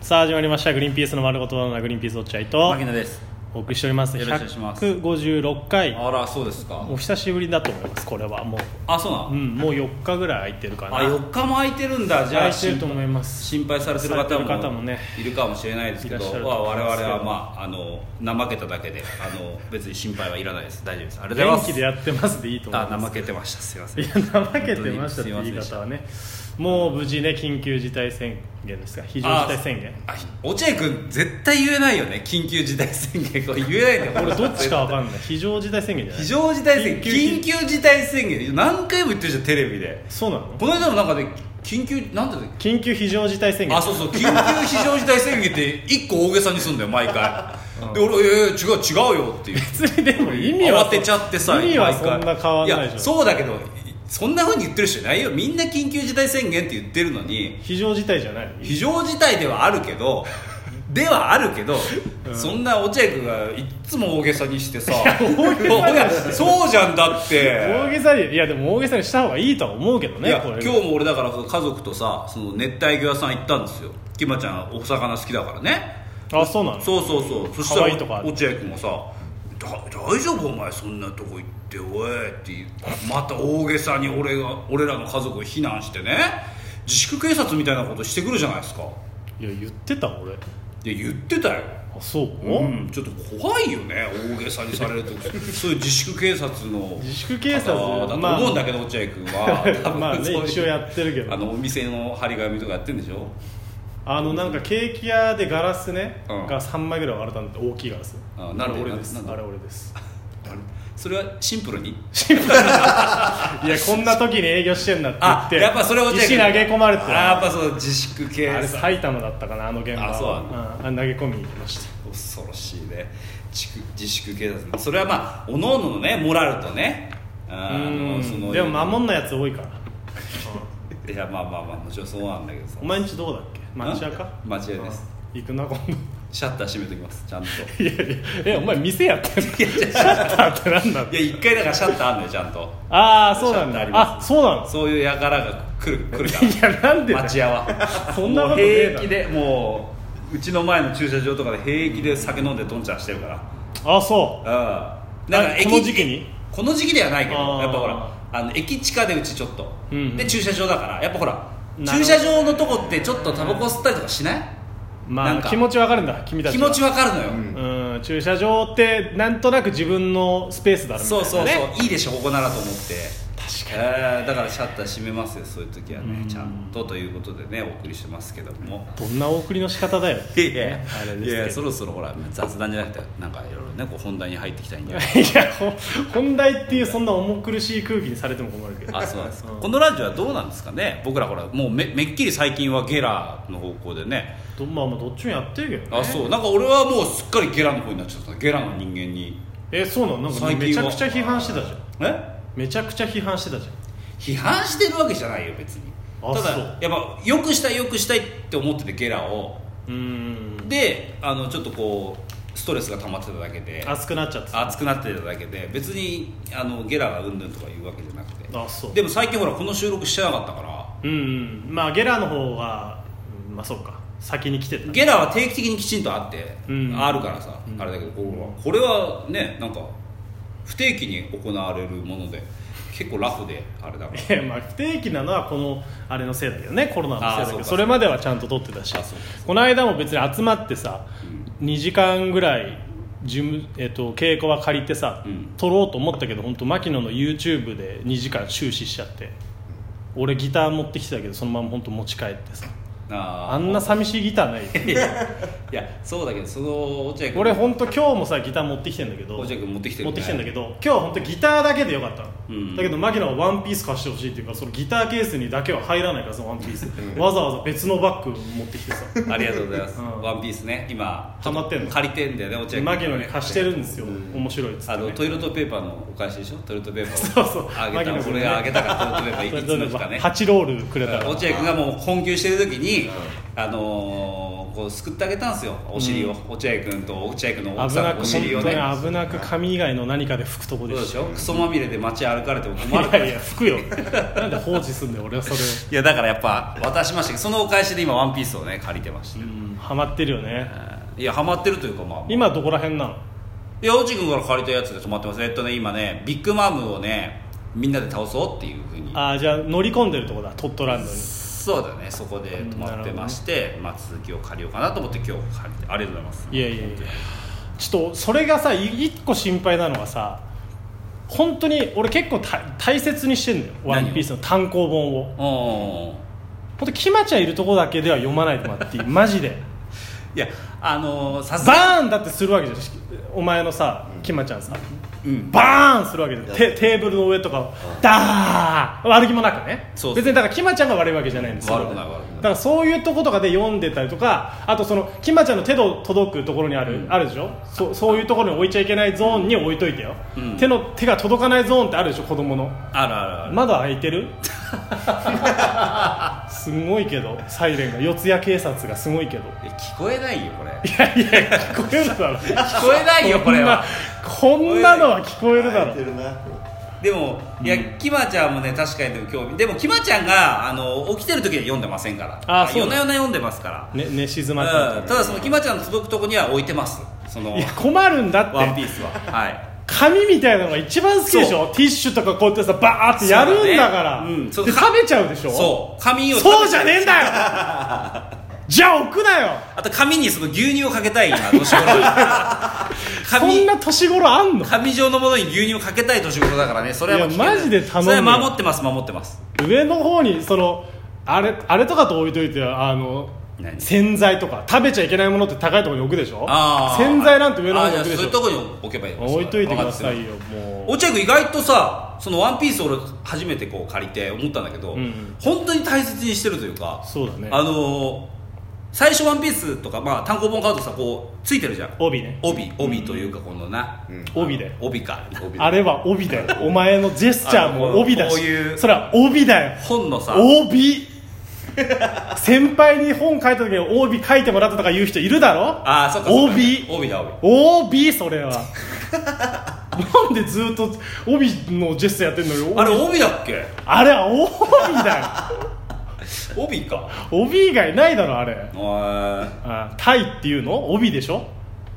さあ始まりました「グリーンピースの丸ごとバナナグリーンピース落合」と牧野ですお送りしておりますよろしくお願いします156回あらそうですかお久しぶりだと思いますこれはもう、あそうなうのん、もう4日ぐらい空いてるかなあ4日も空いてるんだじゃあ空いてると思います心配されてる方もされてる方もねいるかもしれないですけいどらっしゃるとまあ思い我ますけど々はまああの怠けただけであの別に心配はいらないです大丈夫ですありがとうご元気ざいますでやってますでいいと思いあま怠けてましたすいますせいんや怠けてましたって本当に言いす方まはねもう無事ね緊急事態宣言ですか非常事態宣言あ落合君絶対言えないよね緊急事態宣言これ言えないんだ よこれどっちかわかんない非常事態宣言じゃない 非常事態宣言緊緊急事態宣言何回も言ってるじゃんテレビでそうなのこの間の中で緊急なんだっけ緊急非常事態宣言あそう そう緊急非常事態宣言って一個大げさにすんだよ毎回、で俺「いやいや違う違うよ」っていう別にでも意味は慌てちゃってさ意味は毎そ回んな変わんないいでしやょそうだけどそんなふうに言ってる人いないよみんな緊急事態宣言って言ってるのに非常事態じゃないの非常事態ではあるけどではあるけど、そんな落合君がいっつも大げさにしてさそうじゃんだって大げさにいやでも大げさにした方がいいとは思うけどいねやこれ今日も俺だから家族とさその熱帯魚屋さん行ったんですよきまちゃんお魚好きだからねあそうなのそうそうそうそした可ら愛いとこある落合君がさ「だ大丈夫お前そんなとこ行っておい」って言ってまた大げさに俺が俺らの家族を非難してね自粛警察みたいなことしてくるじゃないですかいや言ってた俺あで言ってたよそう、うん、ちょっと怖いよね大げさにされ るとそういう自粛警察の自粛警察方だと思うんだけど、落合君は多 分まあね そういう一応やってるけどあのお店の張り紙とかやってるんでしょあのなんかケーキ屋でガラスね、うんが3枚ぐらい割れたんで大きいガラスあなるほどあれ俺ですななあれ俺 ですそれはシンプルにいやこんな時に営業してんなって言あってやっぱそれ落合君石投げ込まれてあたやっぱそう自粛警あれ察埼玉だったかなあの現場はあそううんあ投げ込みに行きました恐ろしいね自粛自粛警察それはまあおのののねモラルとねあうのんそのでも守んないやつ多いからいやまあまあまあもちろんそうなんだけどさお前んちどこだっけ町屋かん町屋ですうん行くな今度シャッター閉めときますちゃんといやいやえお前店やってんのシャッターってなんだいや一回だからシャッターあんのよちゃんとああそうなんだシャッターありあますそうなのそういう輩が来る来るかいやなんでだよら町屋はそんなこともうねえ平気でもううちの前の駐車場とかで平気で酒飲んでドンちゃんしてるからあそうんあこの時期にこの時期ではないけどあーやっぱほらあの駅地下でうちちょっと、うんうんで駐車場だからやっぱほらなるほど駐車場のとこってちょっとタバコ吸ったりとかしないうまなあんか気持ちわかるんだ君たち気持ちはわかるのよ、うん駐車場ってなんとなく自分のスペースだろみたいそうなそうそう、ねいいでしょここならと思って確かえーだからシャッター閉めますよそういう時はね、うんちゃんとということでねお送りしてますけどもにどんなお送りの仕方だよいやいあれですけどやそろそろほら雑談じゃなくてなんかいろいろねこう本題に入っていきたいんいでやいやほ本題っていうそんな重苦しい空気にされても困るけどあそうなんですか、うんこのラジオはどうなんですかね僕らほらもうめめっきり最近はゲラの方向でねどまあまあどっちもやってるけどねあそうなんか俺はもうすっかりゲラの方になっちゃったゲラの人間にえそうなのなんか最近はめちゃくちゃ批判してたじゃんえめちゃくちゃ批判してたじゃ批判してるわけじゃないよ別にあただそうやっぱよくしたいよくしたいって思っててゲラをんうーんであのちょっとこうストレスが溜まってただけで熱くなっちゃってた熱くなってただけで別にあのゲラがうんぬんとか言うわけじゃなくてあそうでも最近ほらこの収録してなかったからうんうんまあゲラの方はうんまあそうか先に来てたゲラは定期的にきちんとあって、うんあるからさ、あれだけどこれはこれはねなんか不定期に行われるもので結構ラフであれだからい やまあ不定期なのはこのあれのせいだけどねコロナのせいだあけそどうそかれまではちゃんと撮ってたしあそうかこの間も別に集まってさ、2時間ぐらい事務、えっと稽古は借りてさ、うん撮ろうと思ったけど本当牧野の YouTube で2時間終始しちゃって俺ギター持ってきてたけどそのまま本当持ち帰ってさあーあんな寂しいギター ないよいやいやそうだけどその落合君俺本当今日もさギター持ってきてんだけど落合君持ってきて持るねってきてんだけど今日は本当ギターだけでよかったの、うんだけど牧野はワンピース貸してほしいっていうからそのギターケースにだけは入らないからそのワンピース、わざわざ別のバッグ持ってき てさありがとうございます、うんワンピースね今ハマってんの借りてんだよね落合君牧野に貸してるんですよ、うん面白いっつっあて、のね、トイレットペーパーのお返しでしょトイレットペーパそーうをそうあげ牧た野君ね俺があげたからトイレットペーパーいつの日かね8ロールくれたら落合君がもう困窮してる時にあのーこうすくってあげたんですよお尻を、落合君と落合君の奥危さなんくのお本尻をね当に危なく髪以外の何かで拭くとこそでうでししたょクソまみれで街歩かれてもい困るからやいや拭くよなんで放置すんだよ俺はそれいやだからやっぱ渡しましたけどそのお返しで今ワンピースをね借りてましうた、んハマってるよねいやハマってるというかまあ今どこら辺なのいや落合君から借りたやつで止まってますえっとね今ねビッグマムをねみんなで倒そうっていうふうにああじゃあ乗り込んでるとこだトットランドにそうだねそこで止まってまして、まあ、続きを借りようかなと思って今日借りてありがとうございますいやいやいやちょっとそれがさい一個心配なのがさ本当に俺結構た大切にしてんだよ「ワンピースの単行本をおーほんとキマちゃんいるとこだけでは読まないでもらっていいマジでいやあのーさすがバーンだってするわけじゃんしお前のさキマちゃんさうんバーンするわけじゃんテテーブルの上とかをダーン悪気もなくねそうそう別にだからキマちゃんが悪いわけじゃないんですよ悪くない悪くないだからそういうとことかで読んでたりとかあとそのキマちゃんの手の届くところにある、あるでしょそそういうところに置いちゃいけないゾーンに置いといてよ、うん手の手が届かないゾーンってあるでしょ子供のあるあるある、窓開い てるすごいけどサイレンが四谷警察がすごいけどいや聞こえないよこれいやいや聞こえるだろ聞こえないよこれはこんなこんなのは聞こえるだろてるなでもいや、キマちゃんもね確かに興味でもキマちゃんがあの起きてる時は読んでませんからあそう夜だな夜な読んでますかね寝静まっら、たうん、ただそのキマちゃんの届くとこには置いてますそのいや困るんだってワンピースははい紙みたいなのが一番好きでしょティッシュとかこうやってさバーってやるんだからそうだねうんそうで食べちゃうでしょそう紙をそうじゃねえんだよ じゃあ置くなよあと紙にその牛乳をか けたい今年頃そん紙な年頃あんの紙状のものに牛乳をかけたい年頃だからねそれはもういや聞けないマジで頼むそよれは守ってます守ってます上の方にそのあれあれとかと置いといてあの何洗剤とか食べちゃいけないものって高いところに置くでしょあー洗剤なんて上の方にあー置くでじゃあそうしいうょとこに置けばいいの置いといてくださいわかよってもるう落合君意外とさそのワンピース俺初めてこう借りて思ったんだけど、んうん本当に大切にしてるというかそうだねあのー最初ワンピースとか、まあ、単行本買うとさこうついてるじゃん帯ね帯帯というかこのな、うん帯だよ帯か帯あれは帯だよお前のジェスチャーあのも帯だしこういうそれは帯だよ本のさ OB 先輩に本書いた時に OB 書いてもらったとか言う人いるだろああそっか OB そうか帯だ帯 OB それはなんでずっと帯のジェスチャーやってんのよあれ帯だっけあれは OB だよ帯か OB 以外ないだろあれおーあタイっていうの帯でしょ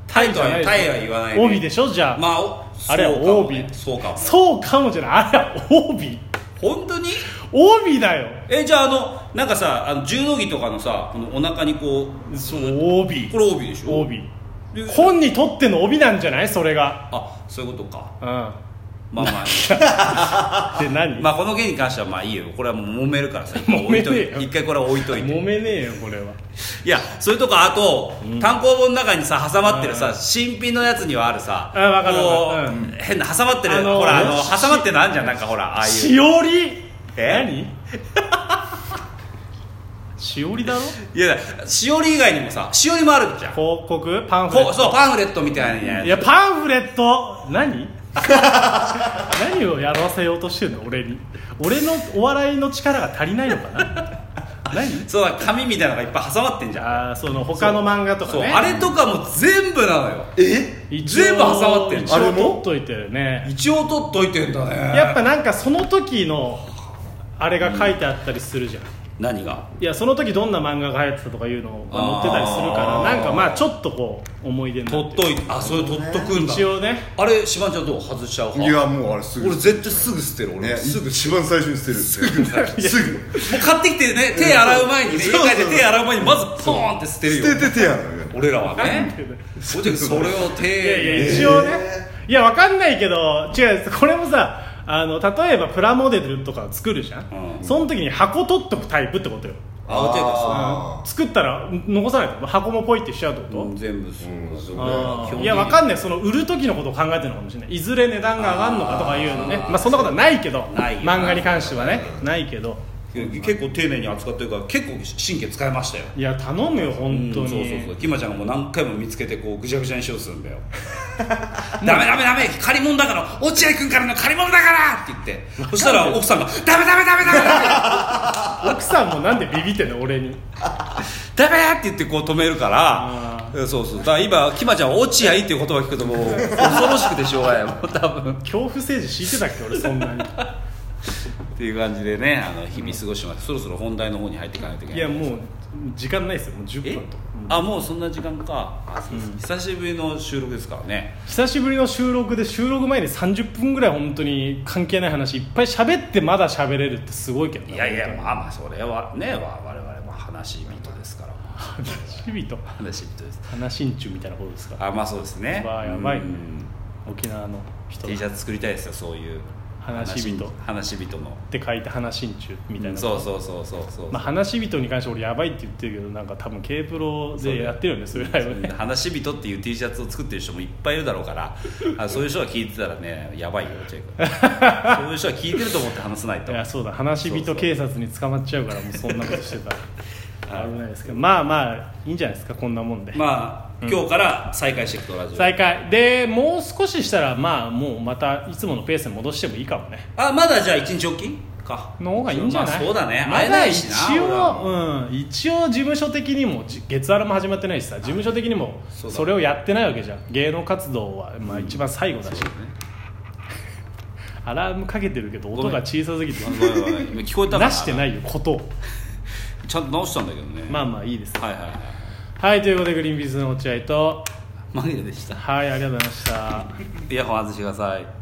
タイとはタイじゃないタイは言わないね帯でしょじゃあ、まあおあれはそうかもね OB そうかもそうかもじゃないあれは OB 本当に OB だよえじゃああのなんかさあの柔道着とかのさこのお腹にこうそうこ OB れ帯でしょ OB で本にとっての帯なんじゃないそれがあそういうことかうんまあまあで何、まあこの件に関してはまあいいよこれはもう揉めるからさ 揉めねえよ置いといて一回これは置いといて揉めねえよこれはいやそういうとこあと、単行本の中にさ挟まってるさ、新品のやつにはあるさあわかるわかるこう変な挟まってる、あのーほらあのし挟まってるのあんじゃんなんかほらああいうしおり え何しおりだろいやしおり以外にもさしおりもあるじゃん広告パンフレッこトうそうパンフレットみたいなやついやパンフレット何 何をやらせようとしてんの俺に俺のお笑いの力が足りないのかな 何そうだ紙みたいなのがいっぱい挟まってんじゃんあーその他の漫画とかそうねあれとかも全部なのよえ一応全部挟まってんの一あれ応も取っといてるね一応取っといてんだねやっぱなんかその時のあれが書いてあったりするじゃん何がいやその時どんな漫画が流行ってたとかいうのが載ってたりするからあーなんかまあちょっとこう思い出にな取っってといてあそれ取っとくんだ一応ねあれしばんちゃんどう外しちゃうい派やもうあれすぐ俺絶対すぐ捨てる俺、ねすぐ一番最初に捨てるすぐすぐもう買ってきてね手洗う前にねそ家うそう帰って手洗う前にまずポーンって捨てるよ捨てててやん俺らはなんてねいうのいそれそれをや手いや一応ねいやわかんないけど違うこれもさあの例えばプラモデルとか作るじゃん、うんその時に箱取っとくタイプってことよある程度そうあ作ったら残さないと箱もポイってしちゃうってこと、うん全部そうあー基本的にいやわかんないその売る時のことを考えてるのかもしれないいずれ値段が上がるのかとかいうのねまあそんなことはないけどないよな漫画に関してはねないけど結構丁寧に扱ってるから結構神経使いましたよいや頼むよ本当に、うんそうそうそうきまちゃんがもう何回も見つけてこうぐちゃぐちゃにしようとするんだよ ダメダメダメ借り物だから落合君からの借り物だからって言ってそしたら奥さんが「ダメダメダメダメダメ奥さんさんもなんでビビってんの俺に ダメーって言ってこう止めるからあうんそうそうだから今キマちゃん落合っていう言葉聞くともう恐ろしくてしょう がないもう多分恐怖政治敷いてたっけ俺そんなにっていう感じでねあの日々過ごしてますそろそろ本題の方に入っていかないといけないいやもう時間ないですよもう10え分とあもうそんな時間かあそうそう久しぶりの収録ですからね久しぶりの収録で収録前に30分ぐらい本当に関係ない話いっぱい喋ってまだ喋れるってすごいけどねいやいやまあまあそれはねわ我々も話し人ですから 話し人話し人です話しんちゅうみたいなことですかあまあそうですねわあやばいねうん沖縄の人 T シっャツ作りたいですよそういう話し人話し人のて書いて話しんちゅうみたいなそうそうそうそうそう、まあ、話し人に関して俺やばいって言ってるけどなんか多分 K プロでやってるよねそういうライブね話し人っていう T シャツを作ってる人もいっぱいいるだろうからあそういう人が聞いてたらねやばいよチェ ックそういう人は聞いてると思って話さないいとやそうだ話し人警察に捕まっちゃうからも うそんなことしてたはらい危ないですけどまあまあいいんじゃないですかこんなもんで、まあ今日から再開していくとラジオ再開でもう少ししたらまあもうまたいつものペースに戻してもいいかもねあまだじゃあ一日おきかの方がいいんじゃない、まあそうだねま会えだないし一な俺らも応、うん、一応事務所的にもじ月アラも始まってないしさ事務所的にもそうだそれをやってないわけじゃん芸能活動は、まあ、一番最後だし、アラームかけてるけど音が小さすぎてごめんごめん今聞こえたかな出してないよことをちゃんと直したんだけどねまあまあいいですはいはいはいはいということでグリーンピースの落合とマリアでしたはいありがとうございましたイヤホン外してください